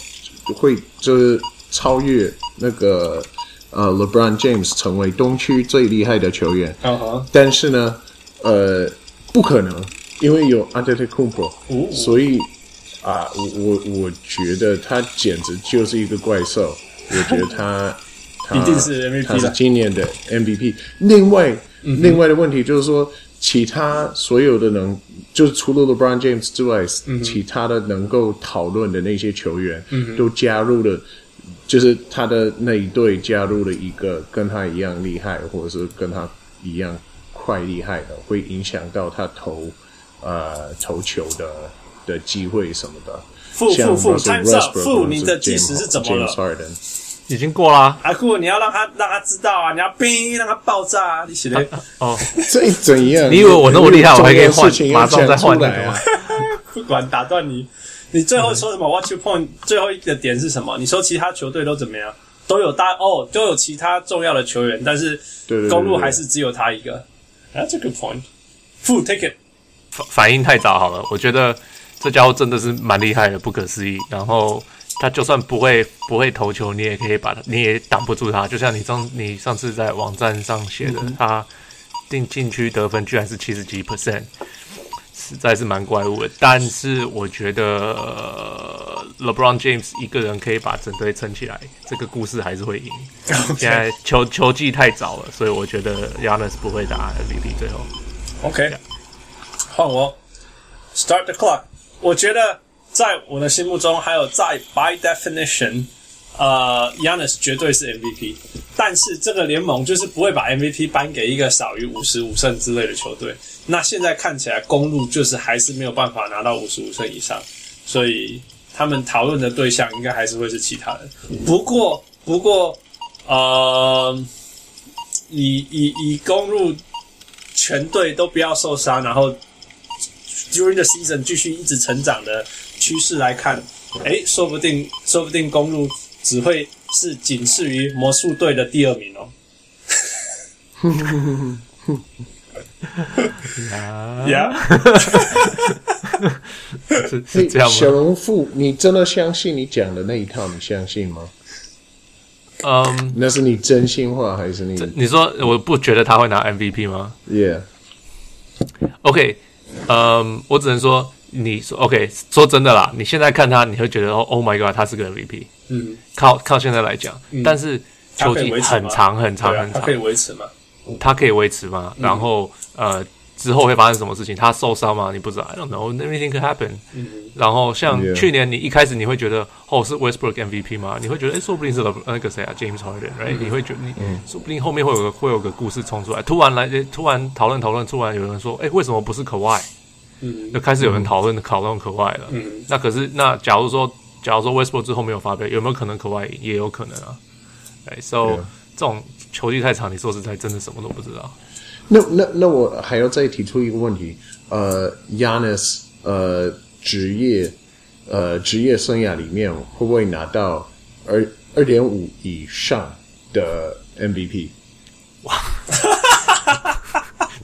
Speaker 4: 会就是超越那个呃 LeBron James 成为东区最厉害的球员，
Speaker 1: 嗯哼，
Speaker 4: 但是呢，呃，不可能，因为有 Antetokounmpo，、
Speaker 1: 哦
Speaker 4: 所以啊，我我我觉得他简直就是一个怪兽，我觉得他他
Speaker 1: 一定是 MVP
Speaker 4: 他是
Speaker 1: 了嗯
Speaker 4: 今年的 MVP。另外、另外的问题就是说，其他所有的能就是除了 LeBron James 之外，
Speaker 1: 嗯
Speaker 4: 其他的能够讨论的那些球员，都加入了。就是他的那一队加入了一个跟他一样厉害，或者是跟他一样快厉害的，会影响到他投呃投球的的机会什么的。
Speaker 1: 负
Speaker 4: 像
Speaker 1: 负负
Speaker 4: Russell
Speaker 1: ，time's up，
Speaker 4: Westbrook
Speaker 1: 负，
Speaker 4: 或者
Speaker 1: 你
Speaker 4: 是
Speaker 1: 的计时
Speaker 4: James-
Speaker 1: 是怎么
Speaker 4: James
Speaker 1: 了？
Speaker 4: Harden
Speaker 2: 已经过啦。
Speaker 1: 阿啊酷，你要让他让他知道啊，你要冰让他爆炸啊！你 写的
Speaker 2: 哦，
Speaker 4: 这怎样？
Speaker 2: 你以为我那么厉害
Speaker 4: 重要
Speaker 2: 我还可以换
Speaker 4: 事情要
Speaker 2: 马上再换
Speaker 4: 讲出来啊
Speaker 2: 那
Speaker 1: 不管打断你，你最后说什
Speaker 4: 嗯
Speaker 1: 么？What's your point？最后一个点是什么？你说其他球队都怎么样？都有大哦，都有其他重要的球员，但是
Speaker 4: 对对对
Speaker 1: 公路
Speaker 4: 对对
Speaker 1: 还是只有他一个。That's a good point。负 take it。
Speaker 2: 反反应太早好了，我觉得这家伙真的是蛮厉害的，不可思议。然后他就算不会不会投球，你也可以把他，你也挡不住他。就像你上你上次在网站上写的，他进禁区得分居然是七十几 percent，实在是蛮怪物的。但是我觉得、呃 LeBron James 一个人可以把整队撑起来，这个故事还是会赢。现在球球技太早了，所以我觉得 Yanis 不会打 MVP 最后。
Speaker 1: OK，换我 start the clock。我觉得在我的心目中，还有在 by definition，呃，Yanis 绝对是 MVP。但是这个联盟就是不会把 MVP 颁给一个少于五十五胜之类的球队。那现在看起来，公路就是还是没有办法拿到五十五胜以上，所以他们讨论的对象应该还是会是其他人。不过，不过，呃，以以以公路全队都不要受伤，然后 during the season 继续一直成长的趋势来看，诶，说不定说不定公路只会是仅次于魔术队的第二名哦。 呀、
Speaker 2: 是是 这样
Speaker 4: 小
Speaker 2: 吗？
Speaker 4: 人物，你真的相信你讲的那一套？你相信吗？
Speaker 2: 嗯，
Speaker 4: 那是你真心话还是你
Speaker 2: 你说我不觉得他会拿 MVP 吗？
Speaker 4: ？Yeah，
Speaker 2: OK，嗯，我只能说，你说 OK，说真的啦，你现在看他，你会觉得哦，Oh my God，他是个 MVP。
Speaker 1: 嗯，
Speaker 2: 靠靠现在来讲，但是
Speaker 1: 他
Speaker 2: 球
Speaker 1: 可以
Speaker 2: 季
Speaker 1: 维持吗
Speaker 2: 很长很长
Speaker 1: 对啊
Speaker 2: 很，
Speaker 1: 他
Speaker 2: 长
Speaker 1: 可以，维持嘛？
Speaker 2: 他可以维持吗？
Speaker 1: 嗯
Speaker 2: 然后呃，之后会发生什么事情？他受伤吗？你不知道，I don't know，everything could happen。然
Speaker 1: 嗯
Speaker 2: 后像
Speaker 4: Yeah
Speaker 2: 去年，你一开始你会觉得哦是 Westbrook MVP 吗？你会觉得哎，说
Speaker 1: 嗯
Speaker 2: 不定是 Le- 那个谁啊 James Harden，right？你会觉得你说不定后面会有个会有个故事冲出来，突然来诶突然讨论讨论，突然有人说哎，为什么不是 Kawhi？
Speaker 1: 嗯
Speaker 2: 就开始有人讨论讨论可外了。
Speaker 1: 嗯
Speaker 2: 那可是那假如说，假如说 Westbrook 之后没有发表，有没有可能可外也有可能啊？哎，so 这种球技太长，你说实在真的什么都不知道。
Speaker 4: 那那那我还要再提出一个问题，呃，Yanis，呃，职业，呃，职业生涯里面会不会拿到二二点五以上的 MVP？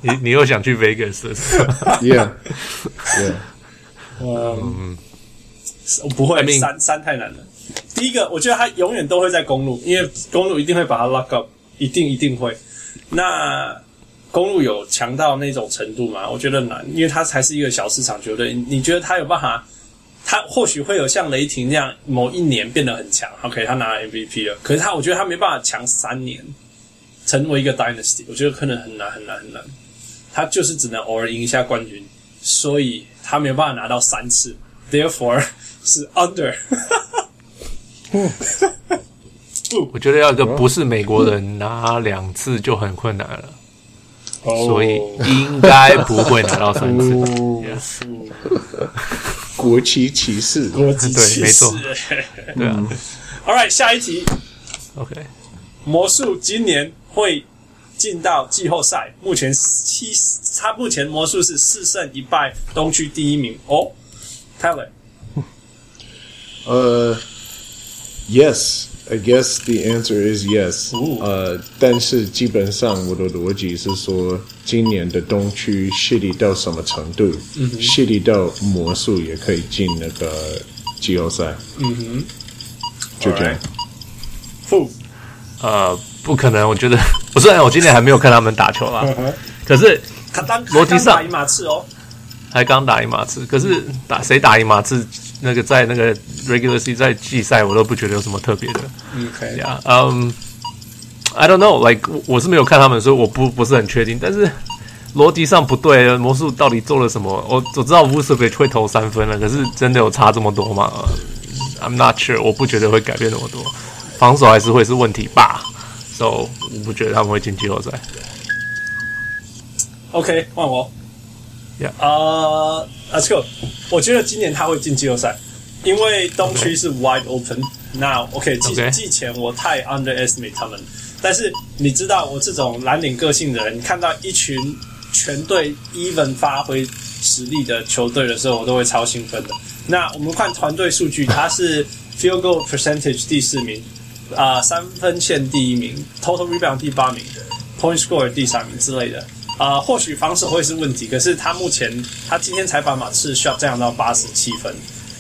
Speaker 2: 你你又想去 Vegas 了是吧
Speaker 4: Yeah，yeah，
Speaker 1: 嗯，不会
Speaker 2: mean-
Speaker 1: 三三太难了。第一个，我觉得他永远都会在公路，因为公路一定会把他 lock up，一定一定会。那公路有强到那种程度吗？我觉得难，因为他才是一个小市场球队。你你觉得他有办法？他或许会有像雷霆那样某一年变得很强，OK，他拿了 MVP 了。可是他，我觉得他没办法强三年，成为一个 dynasty，我觉得可能很难很难很难。他就是只能偶尔赢一下冠军，所以他没有办法拿到三次，therefore 是 under。
Speaker 2: 我觉得要一个不是美国人拿两次就很困难了，
Speaker 1: 哦
Speaker 2: 所以应该不会拿到三次。
Speaker 1: 哦
Speaker 4: 国旗骑士，
Speaker 1: 国际歧视
Speaker 2: 对 没错对啊
Speaker 1: All right，下一题，
Speaker 2: ，OK，
Speaker 1: 魔术今年会进到季后赛，目前七，他目前魔术是四胜一败，东区第一名哦。Tyler，
Speaker 4: 呃，Yes，I guess the answer is yes
Speaker 1: 哦。
Speaker 4: 呃，但是基本上我的逻辑是说，今年的东区 shitty 到什么程度？shitty 到魔术也可以进那个季后赛。嗯哼，就这样
Speaker 1: Alright。负
Speaker 2: 呃，不可能，我觉得 我虽然我今天还没有看他们打球啦，可是
Speaker 1: 他当
Speaker 2: 逻辑上
Speaker 1: 打一马刺哦，
Speaker 2: 还刚打赢马刺，可是打谁打赢马刺，那个在那个 regular C 在季赛我都不觉得有什么特别的
Speaker 1: OK，
Speaker 2: 呀。嗯、i don't know，like 我我是没有看他们，所以我不不是很确定。但是逻辑上不对，魔术到底做了什么？我我知道 v u c e v i c 会投三分了，可是真的有差这么多吗呃？I'm not sure，我不觉得会改变那么多，防守还是会是问题吧。So 我不觉得他们会进季后赛。
Speaker 1: OK，换我。
Speaker 2: Yeah
Speaker 1: 呃、uh,，Let's go。我觉得今年他会进季后赛，因为东区是 wide open。那 OK，季
Speaker 2: Okay
Speaker 1: 季前我太 underestimate 他们，但是你知道我这种蓝领个性的人，你看到一群全队 even 发挥实力的球队的时候，我都会超兴奋的。那我们看团队数据，他是 field goal percentage 第四名，啊、三分线第一名，total rebound 第八名，point score 第三名之类的。啊、或许防守会是问题，可是他目前他今天才把马刺 shot 降到八十七分，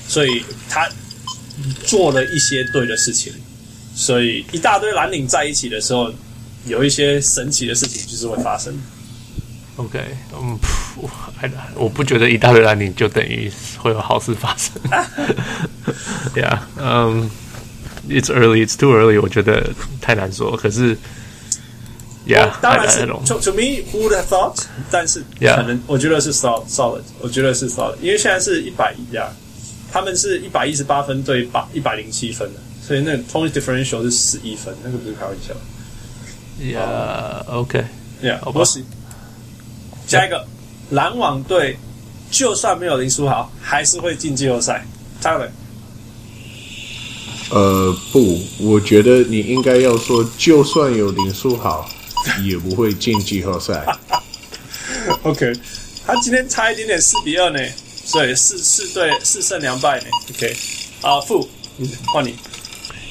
Speaker 1: 所以他做了一些对的事情。所以一大堆蓝领在一起的时候，有一些神奇的事情就是会发生。
Speaker 2: OK，嗯，我还我不觉得一大堆蓝领就等于会有好事发生。yeah，嗯、i t s early, it's too early，我觉得太难说。可是，Yeah，
Speaker 1: 哦当然
Speaker 2: I,
Speaker 1: 是
Speaker 2: I don't know
Speaker 1: to to me who the thought，但是
Speaker 2: Yeah
Speaker 1: 可能我觉得是 solid solid，我觉得是 solid，因为现在是一百一啊，他们是一百一十八分对八一百零七分的，所以那个 point differential 是十一分，那个不是开玩笑。
Speaker 2: Yeah，OK，、
Speaker 1: Yeah，
Speaker 2: 好吧
Speaker 1: 我喜。下一个，篮网队就算没有林书豪，还是会进季后赛。Tyler，
Speaker 4: 呃，不，我觉得你应该要说，就算有林书 豪，也不会进季后赛。
Speaker 1: OK，他今天差一点点四比二呢，所以四四对四胜两败呢。OK，啊、负，嗯换你。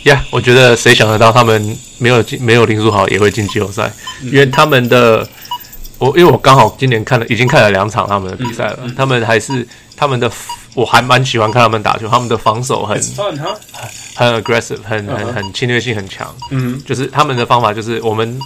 Speaker 2: 呀我觉得谁想得到他们没有进没有林书豪也会进季后赛，
Speaker 1: 嗯
Speaker 2: 因为他们的我因为我刚好今年看了已经看了两场他们的比赛
Speaker 1: 嗯
Speaker 2: 了，他们还是他们的我还蛮喜欢看他们打球，他们的防守很
Speaker 1: It's fun, huh?
Speaker 2: 很 aggressive，很
Speaker 1: 嗯哼
Speaker 2: 很很侵略性很强，
Speaker 1: 嗯
Speaker 2: 就是他们的方法就是我们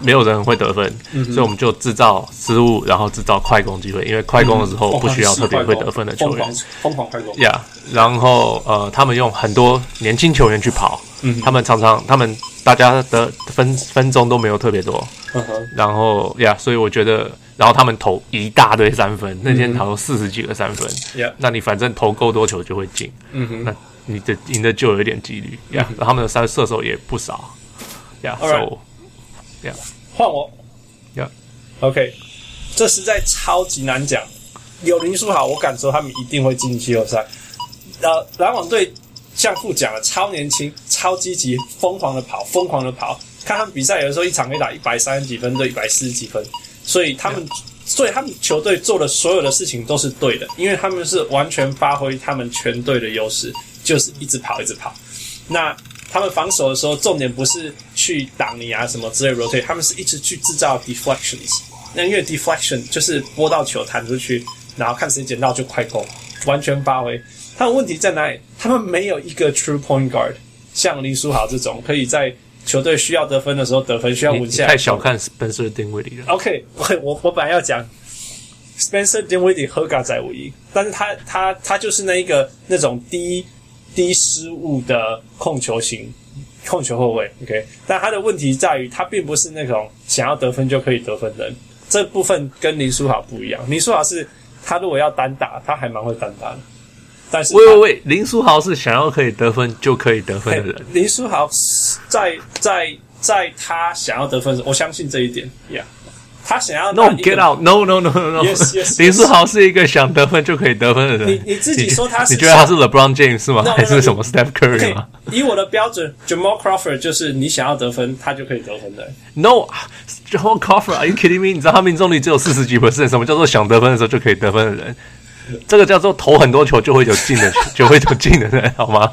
Speaker 2: 没有人会得分，
Speaker 1: 嗯
Speaker 2: 所以我们就制造失误，然后制造快攻机会，因为快攻的
Speaker 1: 嗯
Speaker 2: 时候不需
Speaker 1: 哦
Speaker 2: 要特别会得分的球员。
Speaker 1: 疯狂快攻。
Speaker 2: 呀然后呃，他们用很多年轻球员去跑，
Speaker 1: 嗯
Speaker 2: 他们常常他们大家的分分钟都没有特别多，
Speaker 1: 嗯哼，
Speaker 2: 然后呀所以我觉得，然后他们投一大堆三分，那天投四十几个三分
Speaker 1: 嗯 Yeah
Speaker 2: 那你反正投够多球就会进，
Speaker 1: 嗯哼嗯
Speaker 2: 那你的赢的就有一点几率呀然后他们的三射手也不少呀
Speaker 1: All right 换我。
Speaker 2: Yeah
Speaker 1: OK，这实在超级难讲。有林书豪，我敢说他们一定会进季后赛。呃，篮网队像副讲了，超年轻、超积极、疯狂的跑、疯狂的跑。看他们比赛，有的时候一场可以打一百三十几分，对一百四十几分，所以他们所以他们球队做的所有的事情都是对的，因为他们是完全发挥他们全队的优势，就是一直跑，一直跑。那他们防守的时候，重点不是去挡你啊什么之类 rotate，他们是一直去制造 deflections。那因为 deflection 就是拨到球弹出去，然后看谁捡到就快攻，完全发挥。他们问题在哪里？他们没有一个 true point guard，像林书豪这种可以在球队需要得分的时候得分，需要
Speaker 2: 你
Speaker 1: 稳
Speaker 2: 你
Speaker 1: 下来。啊
Speaker 2: 太小看 Spencer 定位里了。
Speaker 1: OK，我我我本来要讲 Spencer Dinwiddie 和嘎仔无疑，但是他他他就是那一个那种低低失误的控球型控球后卫。OK，但他的问题在于他并不是那种想要得分就可以得分的人，这部分跟林书豪不一样。林书豪是他如果要单打，他还蛮会单打的，但是
Speaker 2: 喂
Speaker 1: 他
Speaker 2: 喂喂，林书豪是想要可以得分就可以得分的人，
Speaker 1: 林书豪在在在他想要得分的时候，我相信这一点，Yeah，他想要
Speaker 2: 那
Speaker 1: 那
Speaker 2: 我 get out no no no no no，
Speaker 1: Yes, yes, yes.
Speaker 2: 林书豪是一个想得分就可以得分的人。
Speaker 1: 你你自己说他是
Speaker 2: 你觉得他是 LeBron James 吗
Speaker 1: No, no, no,
Speaker 2: 还是什么 Steph
Speaker 1: OK，
Speaker 2: Curry 吗
Speaker 1: 以我的标准，Jamal Crawford 就是你想要得分，他就可以得分的。
Speaker 2: ？No，John Crawford，Are you kidding me？你知道他命中率只有四十几 percent，什么叫做想得分的时候就可以得分的人？这个叫做投很多球就会有进的，就会有进的人，好吗？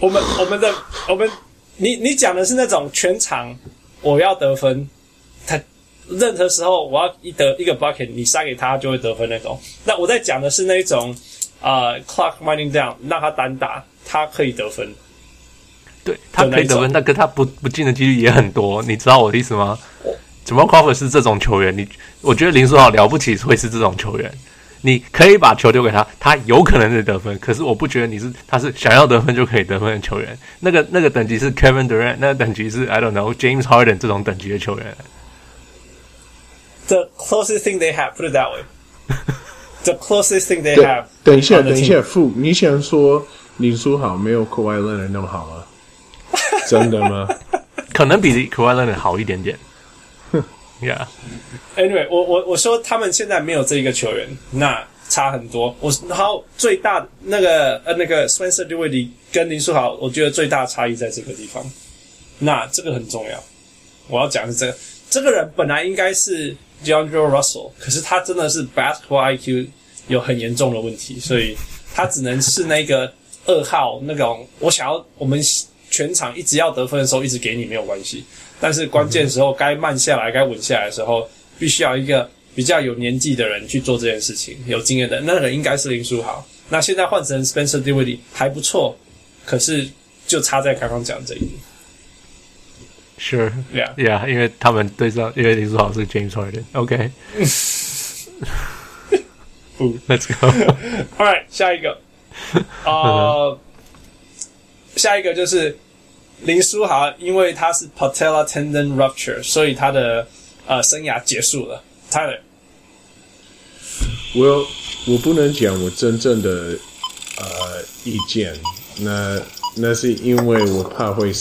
Speaker 1: 我们我们的我们，你你讲的是那种全场我要得分，他任何时候我要一得一个 bucket，你塞给他就会得分那种。那我在讲的是那一种呃 clock winding down，让他单打，他可以得分。
Speaker 2: 对他可
Speaker 1: 就
Speaker 2: 以得
Speaker 1: 那
Speaker 2: 分
Speaker 1: 种，
Speaker 2: 但跟他不不进的几率也很多，你知道我的意思吗？怎么 Crawford 是这种球员？你我觉得林书豪了不起会是这种球员，你可以把球丢给他，他有可能是得分，可是我不觉得你是他是想要得分就可以得分的球员。那个那个等级是 Kevin Durant，那个等级是 I don't know James Harden 这种等级的球员。
Speaker 1: The closest thing they have，put it that way。The closest thing they
Speaker 4: 对
Speaker 1: have，，
Speaker 4: 等一下，
Speaker 1: on the
Speaker 4: 等一
Speaker 1: team
Speaker 4: 下，傅，你想说林书豪没有 Kawhi Leonard 那么好 吗？真的吗？
Speaker 2: 可能比 Kawhi Leonard 好一 点点。yeah，
Speaker 1: Anyway，我我我说他们现在没有这一个球员，那差很多。我然后最大的那个呃那个 Spencer d i w i d 跟林书豪，我觉得最大的差异在这个地方。那这个很重要，我要讲的是这个，这个人本来应该是 DeAndre Russell，可是他真的是 basketball IQ 有很严重的问题，所以他只能是那个二号那种，我想要我们全场一直要得分的时候一直给你没有关系，但是关键时候该慢下来、该稳下来的时候，必须要一个比较有年纪的人去做这件事情，有经验的那个人应该是林书豪。那现在换成 Spencer d i w i d d 还不错，可是就差在刚刚讲这一点。
Speaker 2: Sure.
Speaker 1: Yeah.
Speaker 2: Yeah，因为他们对上，因为林书豪是 James Harden。OK。
Speaker 1: 不
Speaker 2: Let's go.
Speaker 1: All right，下一个，呃，下一个就是林书豪，因为他是 patella tendon rupture，所以他的呃生涯结束了。Tyler，
Speaker 4: 我我不能讲我真正的呃意见，那那是因为我怕会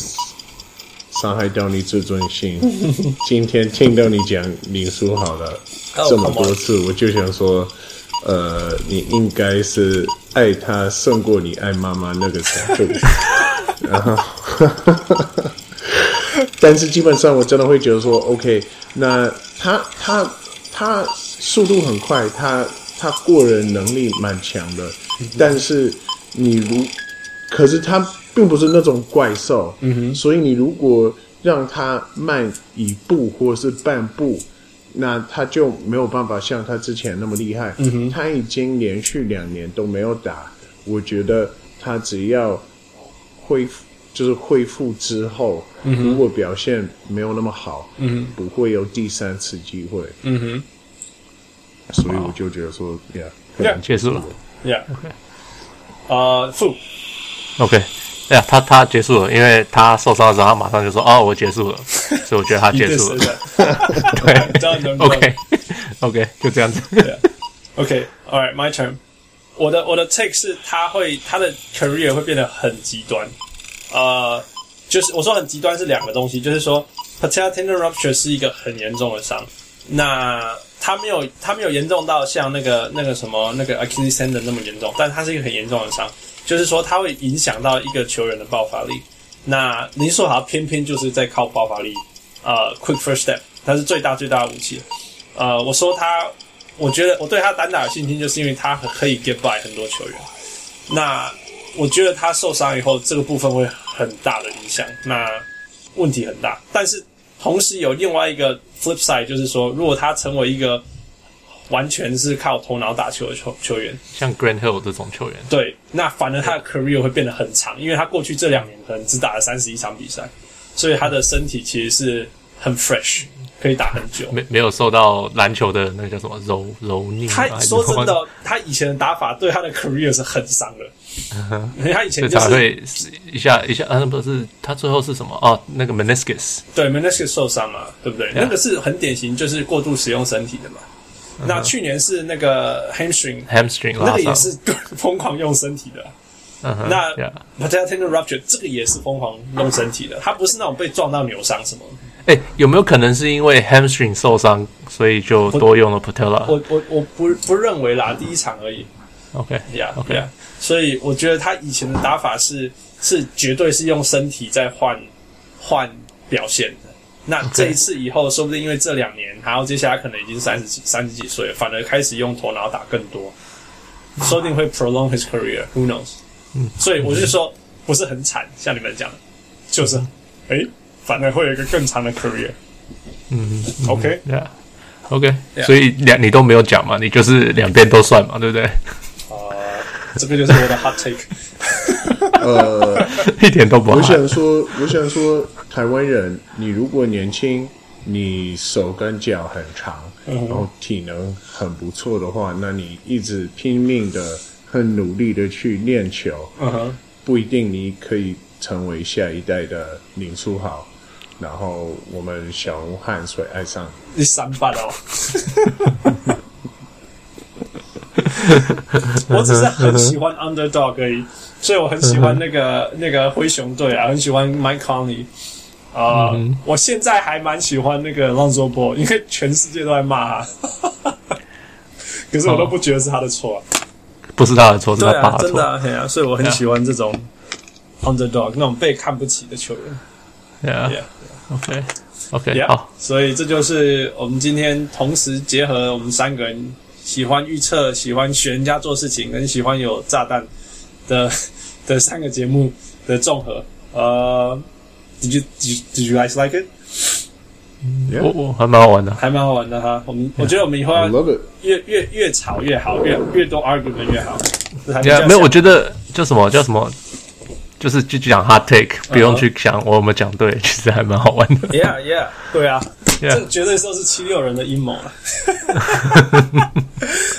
Speaker 4: 伤害到你自尊心。今天听到你讲林书豪了这么
Speaker 1: come on
Speaker 4: 多次，我就想说，呃，你应该是爱他胜过你爱妈妈那个程度。然后， 但是基本上我真的会觉得说，OK，那他他他速度很快，嗯他他过人能力蛮强的，但是你如可是他并不是那种怪兽，嗯哼，所以你如果让他慢一步或是半步，那他就没有办法像他之前那么厉害，嗯哼，他已经连续两年都没有打，我觉得他只要恢复。就是恢复之后，如果表现没有那么好，嗯、不会有第三次机会。嗯哼，所以我就觉得说，Yeah，可能
Speaker 2: 结束了。
Speaker 1: Yeah，呃，负
Speaker 2: OK，哎呀，他他结束了，因为他受伤的时候，他马上就说：“哦，我结束了。”所以我觉得他结 束
Speaker 1: this
Speaker 2: 了。
Speaker 1: is it. 啊
Speaker 2: 对
Speaker 1: done, I'm done.
Speaker 2: ，OK OK，就这样子。
Speaker 1: OK，All right，my turn。我的我的 take 是他会他的 career 会变得很极端，呃，就是我说很极端是两个东西，就是说 patella tendon rupture 是一个很严重的伤，那他没有他没有严重到像那个那个什么那个 Achilles tendon 那么严重，但它是一个很严重的伤，就是说它会影响到一个球员的爆发力。那林书豪偏偏就是在靠爆发力，呃，quick first step，它是最大最大的武器。呃，我说他，我觉得我对他单打有信心，就是因为他可以 get by 很多球员。那我觉得他受伤以后，这个部分会很大的影响，那问题很大。但是同时有另外一个 flip side，就是说，如果他成为一个完全是靠头脑打球的球球员，
Speaker 2: 像 Grant Hill 这种球员，
Speaker 1: 对，那反而他的 career 会变得很长，因为他过去这两年可能只打了三十一场比赛，所以他的身体其实是很 fresh，可以打很久。
Speaker 2: 没没有受到篮球的那个叫什么蹂蹂躏啊。
Speaker 1: 他
Speaker 2: 还是
Speaker 1: 说真
Speaker 2: 什
Speaker 1: 的
Speaker 2: 么，
Speaker 1: 哦，他以前的打法对他的 career 是很伤的。
Speaker 2: 嗯
Speaker 1: 因为他以前
Speaker 2: 这
Speaker 1: 就
Speaker 2: 才
Speaker 1: 是
Speaker 2: 会一下一下，啊，不是他最后是什么？哦，那个 meniscus，
Speaker 1: 对 meniscus 受伤嘛，对不对？那个是很典型，就是过度使用身体的嘛。那去年是那个 hamstring，
Speaker 2: hamstring
Speaker 1: 那
Speaker 2: 嗯拉
Speaker 1: 个也
Speaker 2: 伤
Speaker 1: 是疯狂用身体的。
Speaker 2: 嗯哼，
Speaker 1: 那
Speaker 2: yeah
Speaker 1: patella tendon rupture 这个也是疯狂用身体的，他不是那种被撞到扭伤什么的。
Speaker 2: 哎、有没有可能是因为 hamstring 受伤，所以就多用了 patella？OK
Speaker 1: 我我我不不认为啦，第一场而已。呀
Speaker 2: OK
Speaker 1: 呀，所以我觉得他以前的打法是是绝对是用身体在换换表现的。那这一次以后，说不定因为这两年，然后接下来可能已经三十几三十几岁了，反而开始用头脑打更多，说不定会 prolong his career。Who knows？所以我就说不是很惨，像你们讲的，就是诶，反而会有一个更长的 career。嗯，OK，
Speaker 2: yeah OK，
Speaker 1: Yeah
Speaker 2: 所以两你都没有讲嘛，你就是两边都算嘛，对不对？
Speaker 1: 啊这个就是我的 hot take。
Speaker 4: 呃，
Speaker 2: 一点都不好
Speaker 4: 我。想说，我想说，台湾人，你如果年轻，你手跟脚很长，然后体能很不错的话，那你一直拼命的、很努力的去练球，
Speaker 1: 嗯哼，
Speaker 4: 不一定你可以成为下一代的林书豪。然后我们小龙汗水爱上你。
Speaker 1: 第三把 刀。我只是很喜欢 underdog 而已，所以我很喜欢那
Speaker 2: 嗯
Speaker 1: 个那个灰熊队啊，很喜欢 Mike Conley 啊、呃
Speaker 2: 嗯
Speaker 1: 我现在还蛮喜欢那个 Lonzo Ball，因为全世界都在骂 他，可是我都不觉得是他的错、啊。
Speaker 2: 不是他的哦错，是
Speaker 1: 对
Speaker 2: 他爸
Speaker 1: 啊，
Speaker 2: 的
Speaker 1: 真
Speaker 2: 错
Speaker 1: 的。啊，嘿啊，所以我很喜欢这种 underdog 那种被看不起的球员。
Speaker 2: Yeah
Speaker 1: 啊 Yeah.
Speaker 2: OK OK，
Speaker 1: Yeah，
Speaker 2: 好，
Speaker 1: 所以这就是我们今天同时结合我们三个人喜欢预测、喜欢学人家做事情，跟喜欢有炸弹的 的三个节目的综合。呃、d i d you did you, did you guys like it？
Speaker 2: 我我还蛮好玩的。
Speaker 1: 还蛮好玩的哈。我们我觉得我们以后
Speaker 4: I
Speaker 1: 要
Speaker 4: love it。
Speaker 1: 越越越吵越好，越越多 argument 越好。这才 比较
Speaker 2: 啊 Yeah，没有，我
Speaker 1: 像
Speaker 2: 觉得叫什么叫什么，就是就就讲 hard take，不用去想我有没有讲对，其实还蛮好玩的。
Speaker 1: Yeah, yeah，对啊
Speaker 2: Yeah
Speaker 1: 这绝对都是七六人的阴谋了。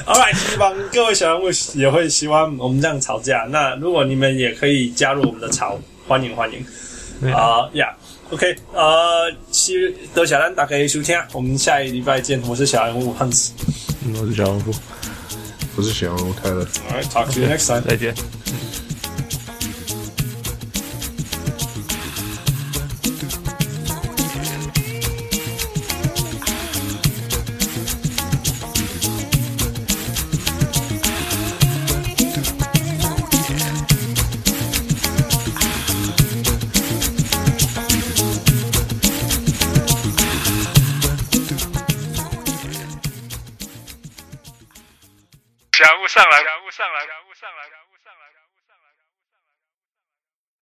Speaker 1: All right，希望各位小人物也会希望我们这样吵架。那如果你们也可以加入我们的吵，欢迎欢迎。啊呀，OK，呃，希德小丹打给收听，我们下一礼拜见。我是小人物汉子
Speaker 2: 嗯我是小老虎，
Speaker 4: 不是小龙开了。
Speaker 1: ，All right，talk to you next time。
Speaker 2: 再见。
Speaker 5: 小屋上来，小屋上来，小屋上来，小屋上来。